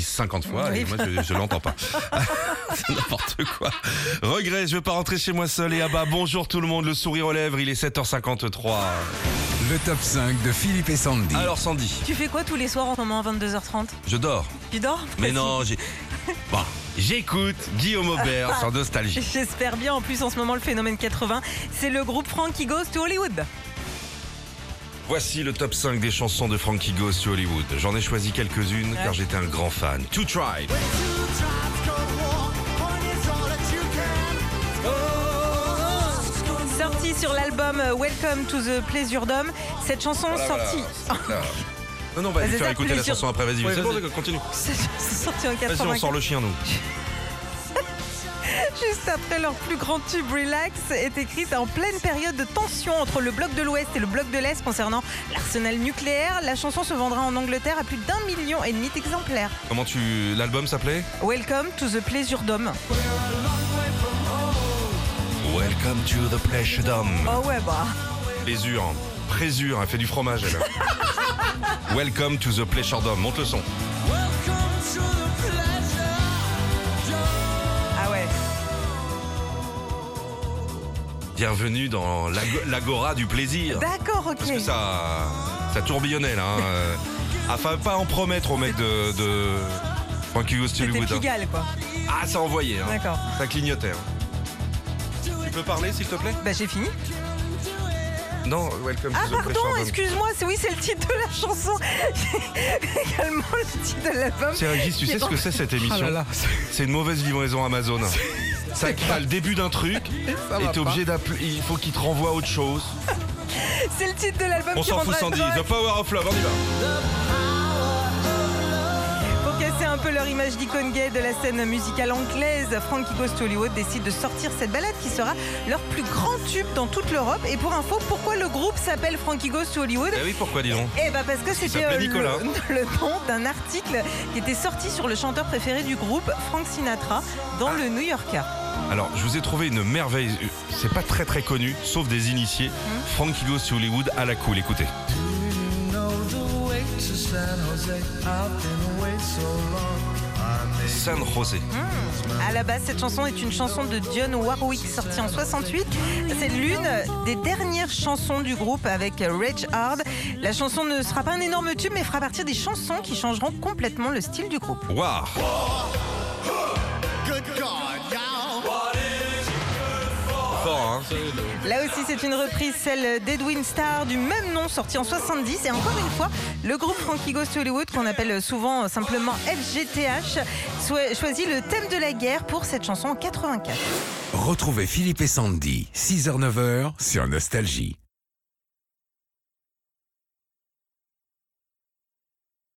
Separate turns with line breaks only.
50 fois et moi je, je l'entends pas. C'est n'importe quoi. Regret, je veux pas rentrer chez moi seul et ah bah bonjour tout le monde, le sourire aux lèvres, il est 7h53.
Le top 5 de Philippe et Sandy.
Alors Sandy,
Tu fais quoi tous les soirs en ce moment à 22h30
je dors.
Tu dors
Mais non, j'ai Bon, j'écoute Guillaume Aubert sur Nostalgie.
J'espère bien. En plus, en ce moment, le phénomène 80, c'est le groupe Frankie Goes to Hollywood.
Voici le top 5 des chansons de Frankie Goes to Hollywood. J'en ai choisi quelques-unes car j'étais un grand fan. To Try,
Sortie sur l'album euh, Welcome to the Pleasure Dome, cette chanson sortie.
Non, non, on va
Bah, c'est
faire
ça,
écouter la
plaisir.
chanson après, vas-y.
Ouais,
vas-y,
bon,
vas-y,
d'accord, continue.
Oh, cette chanson sortie en
Vas-y, on
84.
sort le chien, nous.
Juste après leur plus grand tube Relax est écrite en pleine période de tension entre le bloc de l'Ouest et le bloc de l'Est concernant l'arsenal nucléaire. La chanson se vendra en Angleterre à plus d'un million et demi d'exemplaires.
Comment tu. L'album s'appelait
Welcome to the Pleasure Dome.
Ah. Welcome to the Pleasure Dome.
Oh ouais bah.
Plésure. Présure, elle fait du fromage, elle. Welcome to the Pleasure Dome. Monte le son.
Ah ouais.
Bienvenue dans l'ag- l'agora du plaisir.
D'accord, ok.
Parce que ça. Ça tourbillonnait, là. hein. Euh, Ah, enfin, pas en promettre au mec de. de... Frankie Goes to
C'était
Hollywood, hein.
Pigalle quoi.
Ah, ça envoyait. Hein.
D'accord.
Ça clignotait. hein. Tu peux parler, s'il te plaît
Bah j'ai fini.
Non, Welcome
Ah
to the Pleasure
pardon,
Dome.
excuse-moi, c'est oui c'est le titre de la chanson. Également le titre de l'album.
C'est Régis, tu
J'ai Oh
sais ce
pas-
que c'est cette émission C'est une mauvaise livraison Amazon. Ça t'as le début d'un truc et t'es obligé d'appeler. Il faut qu'il te renvoie à autre chose.
C'est le titre de l'album
On
qui
s'en fout
rendra
Sandy.
dingue.
The Power of Love, on y va.
Pour casser un peu leur image d'icône gay de la scène musicale anglaise, Frankie Goes to Hollywood décide de sortir cette balade qui sera leur plus grand tube dans toute l'Europe. Et pour info, pourquoi le groupe s'appelle Frankie Goes to Hollywood
Eh oui, pourquoi dis donc
Eh ben parce que c'était
s'appelait
euh,
Nicolas.
le, le nom d'un article qui était sorti sur le chanteur préféré du groupe, Frank Sinatra, dans
Ah.
le New Yorker.
Alors, je vous ai trouvé une merveille. C'est pas très très connu, sauf des initiés. Frankie Goes to Hollywood à la cool, écoutez. San José.
À la base, cette chanson est une chanson de Dionne Warwick sortie en 68. C'est l'une des dernières chansons du groupe avec Rage Hard. La chanson ne sera pas un énorme tube, mais fera partie des chansons qui changeront complètement le style du groupe.
Waouh Fort, hein
Là aussi, c'est une reprise, celle d'Edwin Starr, du même nom, sortie en 70. Et encore une fois, le groupe Frankie Goes to Hollywood, qu'on appelle souvent simplement FGTH, soi- choisit le thème de la guerre pour cette chanson en 84.
Retrouvez Philippe et Sandy, 6h-9h sur Nostalgie.